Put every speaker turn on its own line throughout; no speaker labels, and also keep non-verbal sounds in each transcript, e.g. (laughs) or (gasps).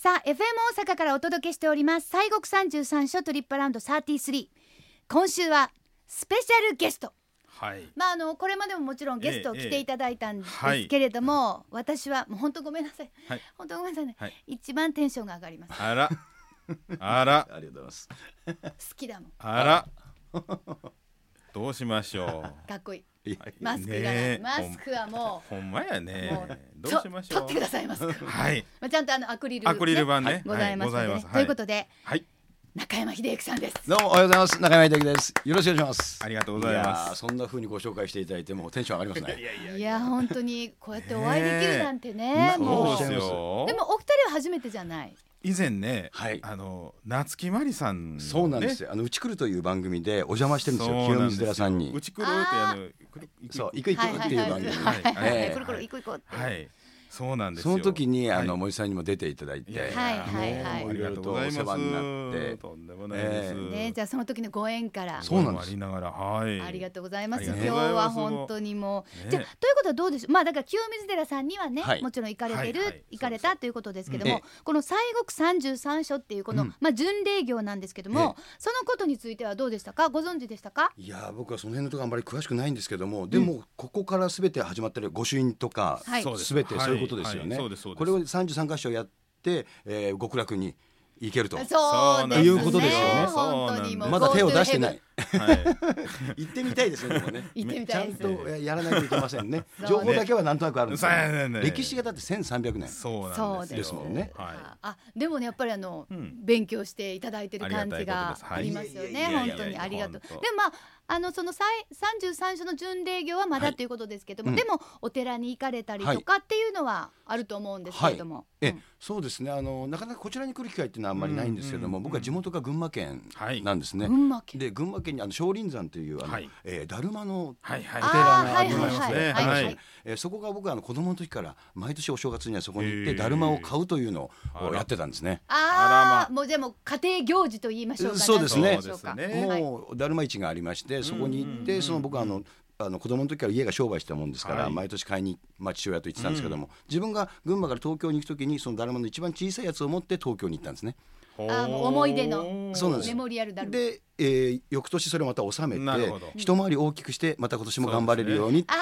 さあ FM 大阪からお届けしております西国三十三所トリップアラウンド33今週はスペシャルゲスト
はい。
まああのこれまでももちろんゲストを
ええ
来ていただいたんで
ええはい
すけれども、私はもう本当ごめんなさい、
はい
本当ごめんなさいね、
はい
一番テンションが上がります
あら。あら。
(laughs) ありがとうございます。
好きだもん
あら。どうしましょ
かっこいい
いや
マスクがない、
ねえ
マスクはも
う。ほんまや
う
ね
もう。
どうしまし
ちょ
ょ
取ってく
う。
ださいマスク、ま
はい。
あ、ちゃんとあのアクリル、ね、
アクリル板ね。
ございますの
は
でね、
ござ
というこ
は
とで
はい。
中山秀幸さんです
どうもおはようございます。中山秀樹です。よろしくお願いします。
ありがとうございます
やーそんな風にご紹介していただいてもうテンション上がりますね。
いや本当にこうやってお会いできるなんてね、
ねえ
も
そうう
そ
で
う
すよ
で。もお二人は初めてじゃない
以前ね
はい、
あの夏木マリさんのね。
そうなんですよ。あのうち来るという番組でお邪魔してるんですよ。
そう
清
なんで
水
すよ
寺さんに
う。ち来るってあのくる行く
そう行く行くっていう番組。
はいはいはい、
ええ
くるくる行く行こうって、
はい。そうなんです
そ
よ。
の時にあの
はい
森さんにも出ていただい
いや
て、
はいはいはい
もう
ありがとうござい
いろいろとお世話になっ
ま
て
す。とんでもないです。
ねじゃあその時のご縁から
そうなんです
ありながら、はい。
ありがとうございます。
あ
今
りがとう
日
ございます
は本当にもう、
ね
じゃあということはどうでしょう。まあだから清水寺さんにはね、
はい
もちろん行かれてる、
はいはい
行かれたということですけど
うん
も、
え
この西国三十三所っていうこの、
うん
まあ巡礼業なんですけども、そのことについてはどうでしたか。ご存知でしたか。
いやー僕はその辺のところあんまり詳しくないんですけども、でもここからすべて始まってる御朱印とか
はい
そうですす
べてそういうことですよ
は
ね。
いそうですそうです
これを三十三箇所やって、えー、極楽に行けると。
そうですね。
ということですよね
本当にもう
まだ手を出してな
Go to
い
heaven。
はい。
(laughs) 行ってみたいですね。でもね
(laughs) 行ってみたいです
ちゃんとえーやらないといけませんね
(laughs) そう。ね
情報だけはなんとなくあるんですよ
そうやねんね
歴史がだって千三百年。
そう
そう
な
ん
です
で
よ。
す
もんね
は
あでもねやっぱりあの、
うん
勉強していただいてる感
あ
じ
りがたいこと
が
ですはい
ありますよ
い
ね
や
いや
本
いや
当
いやい
に
や
ありがとうで
本
も
当
まああのそのさい33所の巡礼業はまだということですけども、
はい
でもお寺に行かれたりとかっていうのはあると思うんですけれども、
え、
うん
そうですねあのなかなかこちらに来る機会っていうのはあんまりないんですけども、
うんうん
僕は地元が群馬県
はい
なんですね、
群馬県
で群馬県にあの少林山というあの、
はい
えーだるまの
はいはい
お寺が
あ
あ
ー
ります
はいはいはい
ねあります
は
ね
い
えーそこが僕はあの子供の時から毎年お正月にはそこに行っ
へ
て
ー
だるまを買うというの
あ
を
ら
やってたんですね。
あ
あら
あ、もうでも家庭行事と言いましょうかね
そうです
な
ね
んでしょか
そうですね
はい
もうだるま市がありましてそこに行
う
っ
んうんう
て
ん
その僕はあのあの子供の時から家が商売してたもんですから、
はい
毎年買いに、まあ、父親と行ってたんですけども、自分が群馬から東京に行く時にそのだるまの一番小さいやつを持って東京に行ったんですね。
い
あもう思い出の
そうなんです
メモリアルだるま
で、えー翌年それをまた収め
なる
て
ほど
一回り大きくしてまた今年も頑張れるように
あ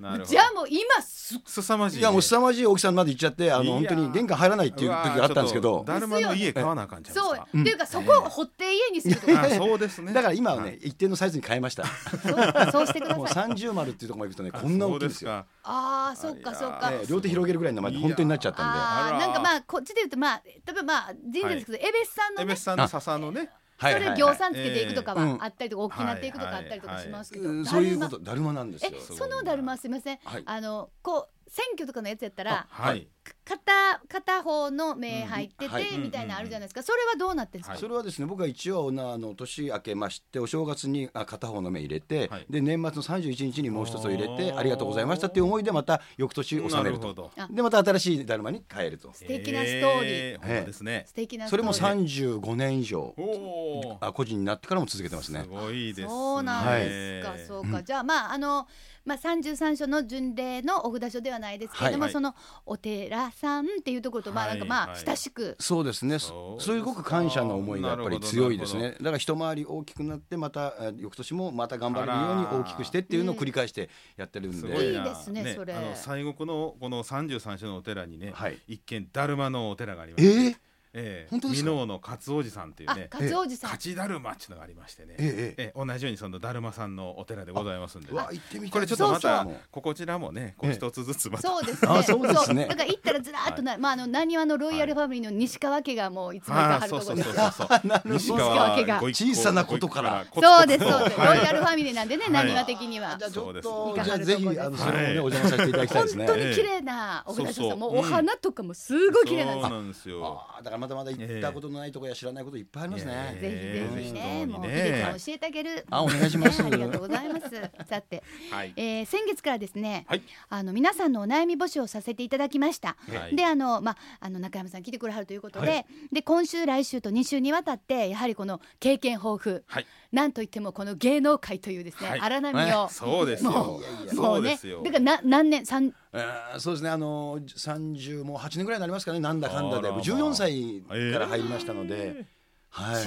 なる
あ
ほど
じゃあもう今すっ
すさまじい
い
ね。
やもう凄まじい大きさまで行っちゃってあ
いや
の本当に玄関入らないっていう時があったんですけ
うわーちょっ
ど
とだるまの家買わなあかんじゃない
そう、
ですか。
っていうかそこを掘って家にするとか、
あそうですね。
だから今は
は
ね一定のサイズに変えました
そうそうしてくだ
もう
さい
30丸っていうところまで行くとね
(laughs) あ
こんな大きいんです
そう
よ
か
ああそっかそっか、
あいや
ええ両手広げるぐらいの名前で本当になっちゃったんで
あー
あら
なんかまあこっちで言うとまあ多分まあ神社ですけど、エベスさんの
エ
ね
ベスさんの笹のね。
は
そ
い
れ
はい
行
はい
さんつけていくとか
ええう
は
ん
あったりとか、大きくなっていくとかあったりとかしますけど、
うん
だ
そう
るま
いうことだるまなんですよ
え
すごい
そのだるまはすいません、
はい
あのこう選挙とかのやつやったら
はい。
か片片方の目入ってて、
うんはい
みたいなのあるじゃないですか、それはどうなってるんですか、
はい
それはですね僕は一応なあの年明けましてお正月にあ片方の目入れて、
はい
で年末の31日にもう一つを入れて
おー
ありがとうございましたっていう思いでまた翌年収
な
め
る
る
ほ
と
ど。
あ
でまた新しいだるまに変えると
素敵なストーリー、
えー。ほんまですね
素。敵なストー
それ
リー
も35年以上
おお。
あ個人になってからも続けてますね
すごいですね。
そうなんですか、
はい
そうか、じゃあまああのまあ三十三所の巡礼のお札所ではないですけれども、
はい
そのお寺さんっていうところと、まあ
は
ないんかまあ
はい
親しく、
そうですね
そう
そ
ですか
すごく感謝の思いがやっぱり強いです
な
ねだから一回り大きくなってまたあ翌年もまた頑張れるように大きくしてっていうのを繰り返してやってるん
す
で、
ごいな。
いいですねそれ
あの西国のこの三十三所のお寺にね、
はい
一見だるまのお寺がありま
え
して、
ー
ええ
本当ですか
箕面の勝おじさんっていう
あ
ね、
勝おじさん
勝、ちだるまっていうのがありましてね、
ええ
ええ
え
同じようにそのだるまさんのお寺でございますんで
う、わ行ってみたい
これちょっとまた
そうそう
ここちらもね、こう
ええ
一つずつまた、
そうですね。
あそうですね
そうだから行ったらずらーっとな、まああの何わのロイヤルファミリーの西川家がもういつもい
あ
た
あ
はると
そう
こ
そ
ろ
う
で
そう
す。
そう、西川
西川家が
ご一行
小さなことから
ご一行
そうですそうです。ロ
は
イ
い
ヤルファミリーなんでね、
はい
何わ的には
じゃ。あちょっ
そ
と
うです
じゃあぜひあのそれもね、お邪魔させていただきたい
本
ですね
当。に綺麗なお札所さん、もうお花とかもすごい綺麗なんです
そう
よ。
なんですよ。
ああだからまだまだ行ったことのないところや知らないこといっぱいありますね。
え
ぜひぜひね、
えー
もう
ぜひ
秀樹
ね
さん教えてあげる。
あお願いします
ねありがとうございます。さて、
はい
えー先月からですね、
はい
あの皆さんのお悩み募集をさせていただきました。
はい
で、あのまああの中山さん来てくれはるということで、
は
で今週来週と2週にわたってやはりこの経験豊富、
はい
なんといってもこの芸能界というですね、
はい
荒波を、
ね (laughs) そうですよ
も
いやいや
う
そう
ね
ですよ
だからな何年三
えーそうですねあの30もう8年ぐらいになりますかねなんだかんだ
あら
で
まあ
14歳から入りましたので、はい、
14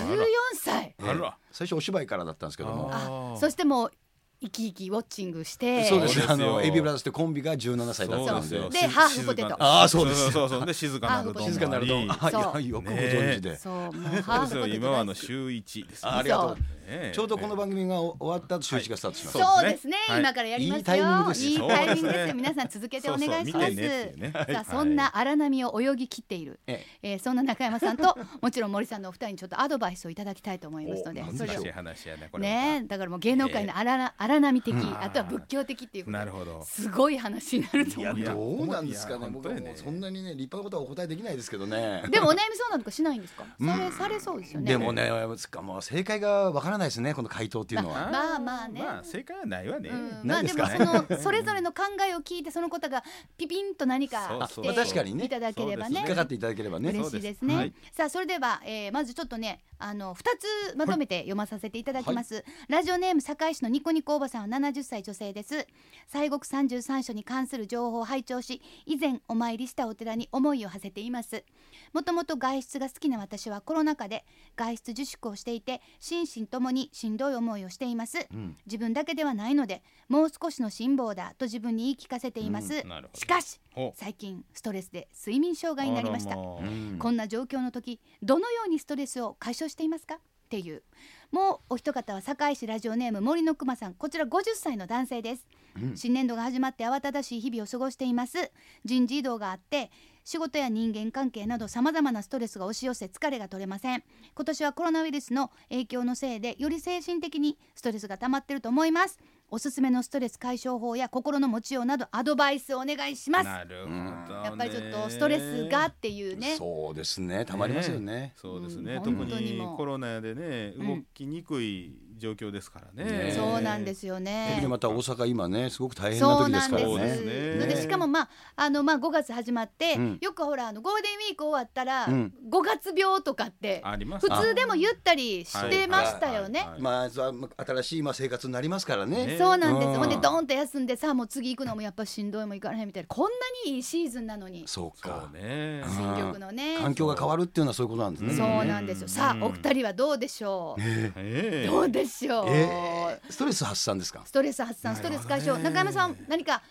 歳
えー
あら
最初お芝居からだったんですけども
あ
あ
ー
そしてもう生き生きウォッチングして
そうですね
そうですよ
あのエビブラザーズってコンビが17歳だっ
そ
た
うんです
で
よ
で
し
ハーフポテト
静か
あーそうで
そ
す
うそう
(laughs)
そうで静かなるどんまり
ハーフポテト
静かになる
そ
ドン
う
あいやよくご存知で、
そうもう
そう
ハ
で
ー
す
フポ
よ
テト
今はあの週一ですね
あありがとう
そ、
ねえ
ちょうどこの番組が終わった後週一がスタートします、
はい
そうですね、
はい
今からやりますよ
いいタイミングですよ
いいタイミングです
そうですね
皆さん続けてお願いします
そうそう見てねっていうねはい
さあそんな荒波を泳ぎ切っている、
え
えーそんな中山さんと (laughs) もちろん森さんのお二人にちょっとアドバイスをいただきたいと思いますので
お
それ
難
を
しい話やねこれは
ねだからもう芸能界の荒,、荒波的あとは仏教的っていうこと
な
で
るほど
すごい話になると
い
思
や
う
いや
どうなんですか
いや
ね僕は
本当
も
や
う
ね
そんなにね立派なことはお答えできないですけどね
でもお悩み相談とかしないんですかそれされそうですよね
でもねつかもう正解がわからないですねこの回答っていうのは、
あー
まあまあね
まあ正解はないわね
うんま
な
あ
い
で
で
すも
か
そ
ね
のそれぞれの考えを聞いてそのことがピピンと何か来
そうそう
まあ確かに
て
ね
いただければ
そ
ね
う
引っ
です
かかっていただければね
嬉しいですね。
そうですはい
さあそれでは、えー、まずちょっとねあの二つまとめて読まさせていただきます。ラジオネーム堺市のニコニコおばさんは七十歳女性です。西国三十三所に関する情報を拝聴し、以前お参りしたお寺に思いを馳せています。もともと外出が好きな私はコロナ禍で外出自粛をしていて、心身ともにしんどい思いをしています。自分だけではないので、もう少しの辛抱だと自分に言い聞かせています。
なるほど
しかし
ほう
最近ストレスで睡眠障害になりました
あら。まあ
うん
こんな状況の時どのようにストレスを解消していますかっていうもうお一方は堺市ラジオネーム森のくまさんこちら50歳の男性です、新年度が始まって慌ただしい日々を過ごしています人事異動があって仕事や人間関係などさまざまなストレスが押し寄せ疲れが取れません今年はコロナウイルスの影響のせいでより精神的にストレスが溜まっていると思いますおすすめのストレス解消法や心の持ちようなどアドバイスをお願いします
なるほどね
やっぱりちょっとストレスがっていうね
そうですねたまりますよね
そうですね、
うん
特
本当に
に
もう
コロナでね
ん
動きにくい状況ですからね、
ねえ
そうなんですよ
特に
ね。
また大阪今ねすごく大変な
そう
時で
な
す
ん
か
で
ら
す。
そ
そ
そう
れ
です
で
ね
しかもまああのまあ5月始まって、
うん
よくほらあのゴールデンウィーク終わったら、
うん
5月病とかって
あります
普通でもゆったりしてましたよね。
はいはいはい
まあそう新しいまあ生活になりますからね。
ね
そうなんです、
うん
ほんでドーンと休んでさあもう次行くのもやっぱしんどいもん行かれへんみたいなこんなにいいシーズンなのに
そう
そ
か
う。ね
新緑のね
環境が変わるっていうのはそういうことなんですね。
そうなんですよ、さあお二人はどうでしょう、
ええ
どうでしょう、
えーストレス発散ですか。
ストレス発散ストレス解消、中山さん何か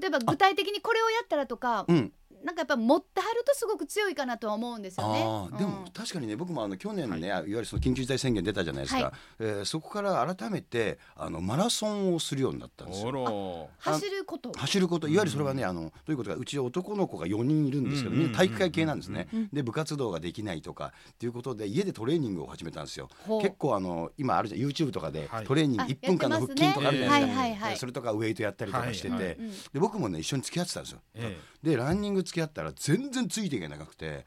例えば具体的にこれをやったらとか、
うん。
なんかやっぱ持ってはるとすごく強いかなとは思うんですよね。
ああ、でも
うん
確かにね、僕もあの去年ね、あいわゆるその緊急事態宣言出たじゃないです
はい
か。えーそこから改めてあのマラソンをするようになったんですよ
お。ろ
走ること。
走ることいわゆるそれはね、あのどういうことかうち男の子が4人いるんですけど、
うんうん
みんな体育会系なんですね、で部活動ができないとかっていうことで家でトレーニングを始めたんですよ
ほう
結構あの今あるじゃん YouTube とかで
はい
トレーニング
あ
1分間の
やっ
腹
てますね
筋とかあるじゃないですか、
はいはいはい
それとかウェイトやったりとかしてて、
はいはい
うん
で僕もね一緒に付き合ってたんですよ、
え
でランニング付き合ったら全然ついていけなくて
え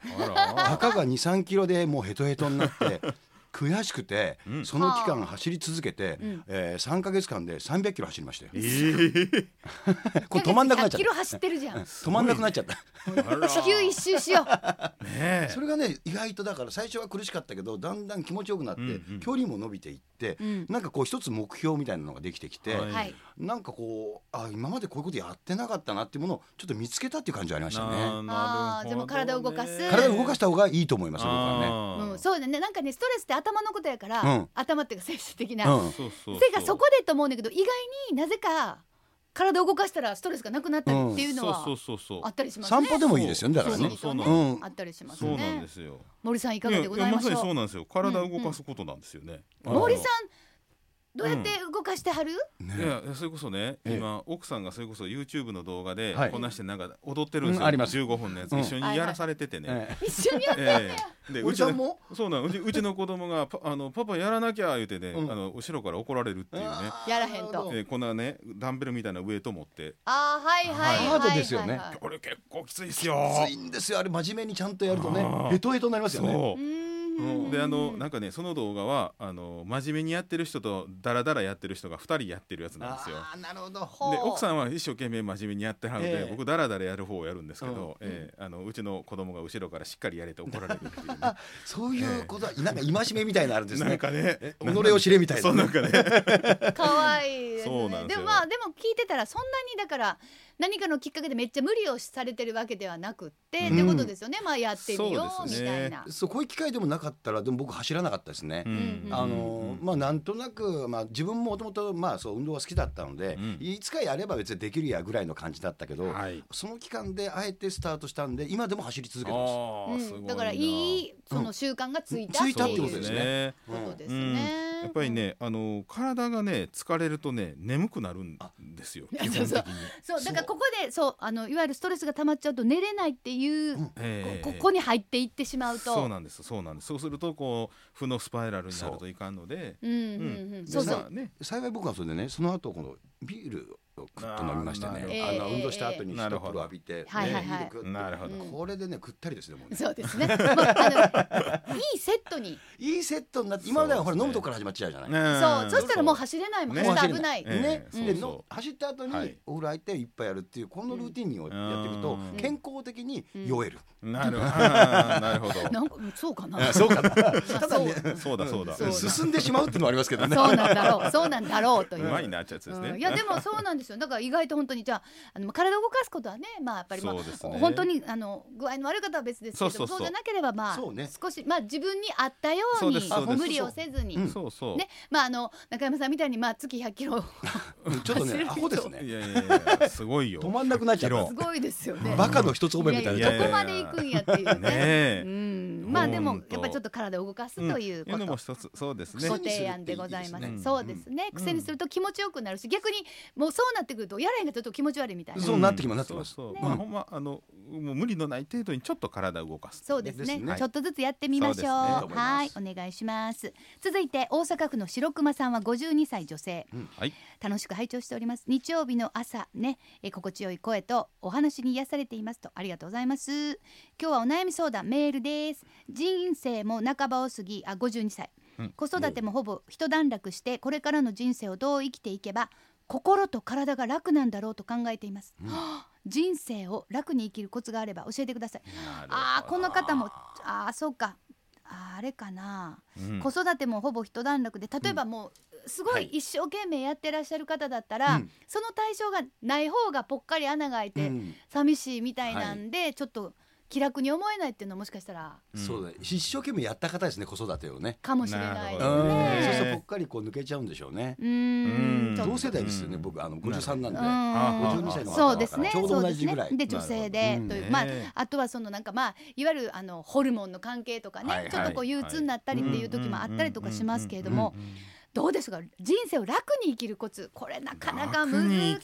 あ
たかが23キロでもうヘトヘトになって悔しくて、
うん
その期間走り続けて、えー、3か月間で300キロ走りましたよ
らえ
これ止まんなくなっち
100
ゃ
キ
っ
ロ走ってるじゃん。
た止まんなくなっちゃった
えあら
地球一周しよう。
ねえ
それがね意外とだから最初は苦しかったけどだんだん気持ちよくなって、
うんうん
距離も伸びていって、
うん
なんかこう一つ目標みたいなのができてきて、
はい
はい。
なんかこうあ今までこういうことやってなかったなっていうものをちょっと見つけたっていう感じはありましたね
な
あー
るほどね
でも体を動かす
体を動かした方がいいと思います僕はね
あー
うん、そうだね。なんかねストレスって頭のことやから、
うん
頭っていうか精神的
う
な。
ん
そうそうう
せがそこでと思うねんだけど意外になぜか体を動かしたらストレスがなくなったりっていうのは
そうそうそう
あ
そ
ったりしますね。
散歩でもいいですよねだからね
そう
な
ね
んです
うん
あったりしま
う
す
そうなん
ね
ですよ
森さんいかがでござい
や
ま
まさ
し
に
ょ
そう
う。
なんですよ体を動かすことなんですよね、
森さんどうやって動かしては
(laughs)
る？
いやいやそれこそね、
ええ
今奥さんがそれこそ YouTube の動画で
はい
こんなしてなんか踊ってるんですよ、
うんあります
15分のやつ、
うん
一緒にやらされててね、
ええ
一緒にやってんねや
ええで
お
う
じ
ち
さ
の
んも
そうなんうちうちの子供がパあのパパやらなきゃ言うてね、
うん
あの後ろから怒られるっていうね、
やらへんと
えーこんなねダンベルみたいなウエイト持って
あーはいはいはい
ハードですよね
はいはい
これ結構きついっすよ
ついんですよあれ真面目にちゃんとやるとね
あー
ヘトヘトになりますよね
そう
うーんうん
であのなんかねその動画はあの真面目にやってる人とダラダラやってる人が2人やってるやつなんですよ。
あーなるほど
ー
で奥さんは一生懸命真面目にやってはるので、
ええ
僕ダラダラやる方をやるんですけど、
うん
ええあのうちの子供が後ろからしっかりやれて怒られ
(laughs)
るっていう、ね、
そういうことはなんか戒めみたいなのあるんです
なん
ね
かね
己を知れみたいな
そうなんかね
可愛いです
そうなん
ね。
で
です
よ
もまあでも聞いてたらそんなにだから何かのきっかけでめっちゃ無理をされてるわけではなくって、
うん
ってことですよね。まあやってみよ
そう
うみ
ですね
たいな。
そうこういう機会でもなかったらでも僕走らなかったですね、
ん
あのー
うん
まあなんとなく、まあ、自分ももともとまあそう運動は好きだったので、
うん
いつかやれば別にできるやぐらいの感じだったけど、
はい
その期間であえてスタートしたんで今でも走り続けてます。
あ
う
ー
ん
すごいな
だからいいその習慣がついた
うんつ
っ
いたってて
い
こと
う
で
こ
そ
す
う
ね
とです
うん
ね。
やっぱりね、あの体がね疲れるとね眠くなるんですよ基
あ
本的に
そうそうだからここでそうあのいわゆるストレスが溜まっちゃうと寝れないっていう、
うん
ええ
こここに入っていってしまうと
そうなんですそうなんですそうするとこう負のスパイラルになるといかんので
うんうんうんそうそ
で
う
まあね
幸い僕はそれでねその後このビールをくっと飲みましてね
あ
あ
ー
なるほど
の
ええ
運動した後に
ええ
一風呂浴びて、ねビ
はいはいはい
ール食って
なるほど
うん
これでねくったりですねもうね
そうですね、 (laughs) まあ、あのいいセットに
いいセットになって今まではほら
そうですね
飲むとこから始まっちゃうじゃない、
そうそしたらもう
走
走れないもん、
ね
走って危ない、
ええ
ね、
そう
で
そう
の走った後に
はい
お風呂入って一杯やるっていうこのルーティンをやっていく
う
と
ん
健康的に酔える、
なるほど
(laughs)
あーなるほ
な
ど
んかうんそうかな
あ (laughs) そうかなただね
そうだそうだ
そうだ
進んでしまうっていうのもありますけどね
そうなんだろうそうなんだろうと
う
いう。
まいなっちゃうやつですね、
うんいやでもそうなんですよだから意外と本当にじゃああのまあ体を動かすことはねまあやっぱりまあ、
そうですね
本当にあの具合の悪い方は別ですけど
そうそうそう
じゃなければまあ
そうね
少しまあ自分に合ったよう
そうで
に
すそうです
ご無理をせずに、
うん
そうそう、
ねまああの中山さんみたいにまあ月100キロ
うんちょっと
走
ね
る人
アホです
い
ね
やいやいやすごいよ
止まんなくなっちゃ
広
す
う
ごいですよね。
バカの一つ褒めみたい
い
な
や
や
いや
いや
どこまで行くんやっていうね。
ねえ
うんまあでも
本当
やっぱりちょっと体を動かすという
うん
こ
の
と
も。一つそうですね
ご提案でございます。
いいですね
そうですね、癖にすると気持ちよくなるし、逆にもうそうなってくるとやらへんがちょっと気持ち悪いみたいな。
そうなってきますなってきます
そうそうまあほんまあのもう無理のない程度にちょっと体を動かす
そうですね
ですね
ちょっとずつやってみましょう
そう
ですね
はいお願いします続いて大阪府の白熊さんは52歳女性、
はい
楽しく拝聴しております日曜日の朝ねえー心地よい声とお話に癒されていますとありがとうございます今日はお悩み相談メールです人生も半ばを過ぎあ52歳、
うん
子育てもほぼ一段落してこれからの人生をどう生きていけば心と体が楽なんだろうと考えています、はあ (gasps) 人生を楽に生きるコツがあれば教えてください
なるほど
あーこの方もあーそうかあーあれかな、
うん
子育てもほぼ一段落で例えばもうすご
はいい
一生懸命やってらっしゃる方だったら、
うん
その対象がない方がぽっかり穴が開いて
うん
寂しいみたいなんで、ちょっと気楽に思えないっていうのはもしかしたら
うん
そうだね一生懸命やった方ですね子育てをね
かもしれないで
な
す
るほど
うんそう
ね。
するとぽっかりこう抜けちゃうんでしょうね
うーん
うん
ちょっと
同世代ですよね
うん
僕あの53なんで
あ
うん
52歳
の方
そうですね
ちょうど同じぐらい
そうですねで女性でと
なるほど
いう、
うん
まあ
ね
あとはそのなんかまあいわゆるあのホルモンの関係とかね、
はいはい
ちょっとこう憂鬱になったりっていう時もあったりとかしますけれども
うんうんうんうん
どうですか人生を楽に生きるコツこれなかなか
楽
難
に
し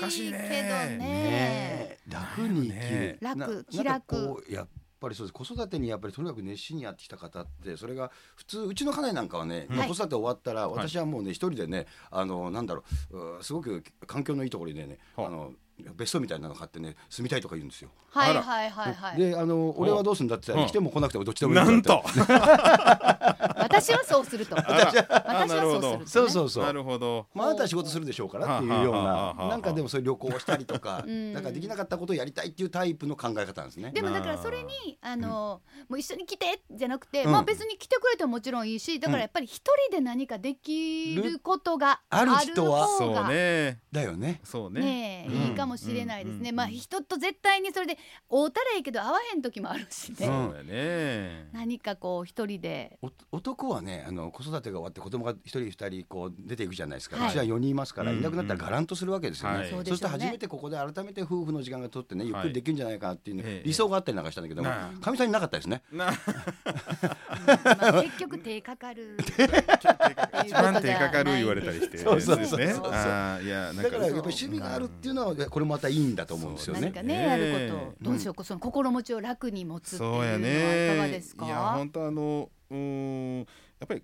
生きる
いけどね
ねえ楽に生きる
楽
ななん
気
か
楽
こうやっぱりそうです子育てにやっぱりとにかく熱心にやってきた方ってそれが普通うちの家内なんかはね、
ん
もう
はい
子育て終わったら
はい
私はもうね一人でねあのなんだろううーすごく環境のいいところでね
は
あ
あ
の別荘みたいなの買ってね住みたいとか言うんですよ。
はい
あら
はいはいはい
であの俺はどうするんだって言った
う
ら
ん
来ても来なくてもどっちでもいい
な
だ
ん
って
と
私はそうすると私は (laughs) そうするとね、
そうそうそう
なるほど
まあ、あなたは仕事するでしょうからっていうよう
はあはあは
な
あはあ
なんかでもそういう旅行をしたりとか
うん
なんかできなかったことをやりたいっていうタイプの考え方なんですね。
でもだからそれにあの、もう一緒に来てじゃなくて、まあ
うん
別に来てくれてももちろんいいしだからやっぱり一人で何かできることがあ
あ
る方
る
が
人は
そうね
だよね。
そうね
ねえ、
う
いい
ん
かもしれないですね、
うん
まあ人と絶対にそれで会うたらいいけど会わへん時もあるし
そう
ね、
だね
何かこう一人で
お男はねあの子育てが終わって子供が一人二人こう出ていくじゃないですか、
はいう
ちは4人いますから、
うん
いなくなったらがらんとするわけですよね、
はい
そうでしょうね
そして初めてここで改めて夫婦の時間が取ってねゆっくりできるんじゃないかなっていうね、
はいええ
理想があったりなんかしたんだけども
なあ
かみ、さんになかったですね
な
まあ結局手かかる
一番手かかる言われたりして
(laughs) そうそうそう
ですね
そう
あーいやなん
だ
か
からやっぱり趣味があるっていうのはこれもまたいいんだと思うんですよ
何
ね
かね
ねえ
やることをどうでしょうか、その心持ちを楽に持つっていうの
そう
は
や
いかが
ね
ですか
いや本当あのうーんやっぱり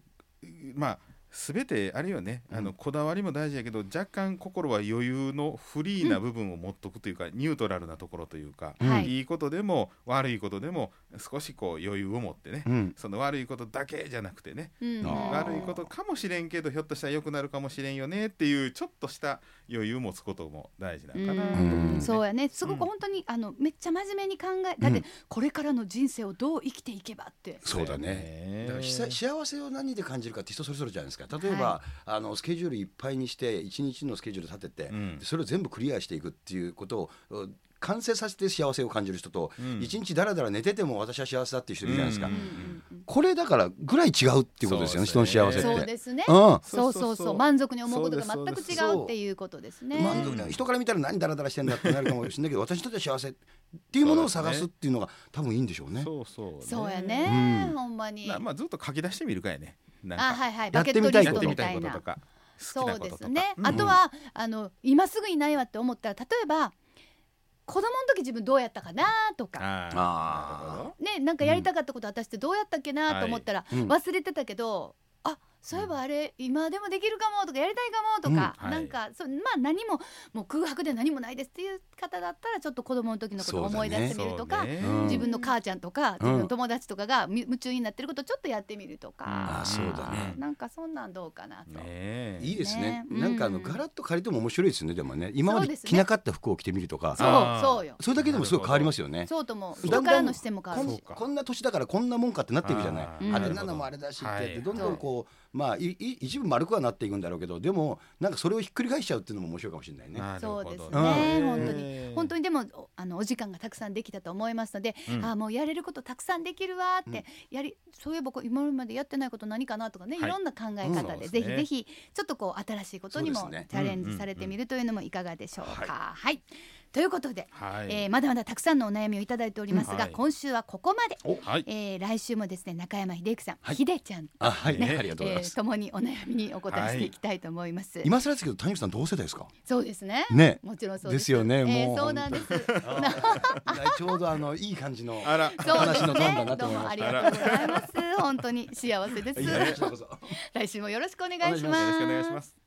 まあ全てあれよね、あのこだわりも大事やけど若干心は余裕のフリーな部分を持っとくというか、ニュートラルなところというか、
うんはい
いいことでも悪いことでも少しこう余裕を持ってね、
うん
その悪いことだけじゃなくてね
うんうん
あー
悪いことかもしれんけどひょっとしたら良くなるかもしれんよねっていうちょっとした余裕を持つことも大事なのかなと思
うん
うん
そうやねすごく本当に、あのめっちゃ真面目に考えだっ
う
て
ん
これからの人生をどう生きていけばって、
そうだねだからしさ幸せを何で感じるかって人それぞれじゃないですか例えば、
は
あのスケジュールいっぱいにして一日のスケジュール立てて、
うん
それを全部クリアしていくっていうことをうん完成させて幸せを感じる人と
うん
一、日だらだら寝てても私は幸せだっていう人いるじゃないですか、
う
うん
ん
うん
これだからぐらい違うっていうことですよ
そうですね
ね人の幸
う
せ
ん、
って。
そうですね
うん
そうそうそう満足に思うことが
そう
全
で
く
す
違
そうです
うっていうことですね。
満足な人から見たら何ダラダラしてんだってなるかもしれないけど私にとっては幸せっていうものを探すっていうのが多分いいんでしょうね。
そうそう
そうやね、
うん
ほんまに。
なまあずっと書き出してみるかやねなんか
あはいはい
や
バ
っ
ケ
て
ッ
み
ト
たい
リ
や
ス
っ
ト
てみ
み
た
た
い
い
こと
な
と。か好き
そ
な
う
こと
で
とか
すね。
うん
あとはあの今すぐいないわって思ったら例えば子供の時自分どうやったかなとか。
あーなるほど
ね、なんかやりたかったこと私ってどうやったっけなと思ったら
うんはいうん
忘れてたけど、あそういえばあれ今でもできるかもとかやりたいかもとか、
うんはい
なんかそうまあ何ももう空白で何もないですっていう方だったらちょっと子供の時のことを思い出してみるとか、
そうね
うん
自分の母ちゃんとか、
うん
自分の友達とかがみ夢中になってることをちょっとやってみるとか、
あ
ーそうだね
なんかそんなんどうかなと。
ねえ
いいですね
ねうん
なんかあのガラッと借りても面白いですねでもね今ま
そう
で
ですね
着なかった服を着てみるとか
そ
そう
あー
そうよ
れだけでもすごい変わりますよね。
そうとも
だ
人
んだん
からの視点も変わ
こ
る
そ
し
うか
んこんな年だからこんなもんかってなっていくじゃない
あ
ー
派
う
手
ん
なのもあれだし
は
っ
い
てやってどんどんこうまあいい一部丸くはなっていくんだろうけどでもなんかそれをひっくり返しちゃうっていうのも面白いかもしれないね。
なるほど
そうです
ね
本当
に
本当
に
にでもおあのお時間がたくさんできたと思いますので、
うん
ああもうやれることたくさんできるわーって、やりそういえばこう今までやってないこと何かなとかね、
はい
い、ろんな考え方
う
で
ん
ぜひ
そうですね
ぜひちょっとこう新しいことに
そ
も
うですね
チャレンジされてみるというのもいかがでしょうか。
はい
はいということで、
はい
えーまだまだたくさんのお悩みをいただいておりますが、
うんはい
今週はここまで、
おはい
えー来週もですね中山秀之さん、
はい
秀ちゃんと
あはい、
ね
(laughs) ありがとうござい
え
ます。
ー共にお悩みにお答えしていきたいと思います。
今更ですけど谷口さん同世代ですか。 (laughs)
そうですね。
ね
もちろんそう
ですよね
えー
もう
そうなんです。
ちょうどあのいい感じの
あら
そうで
話
す
のターン
ね。
だなと
どう
思い
も
ま
あ
し
り
た。
がとうございます。本当に幸せです。
いやいやこちらこそ
来週もよろしくお願いし
よ
ま
ろし
す。
くお願いします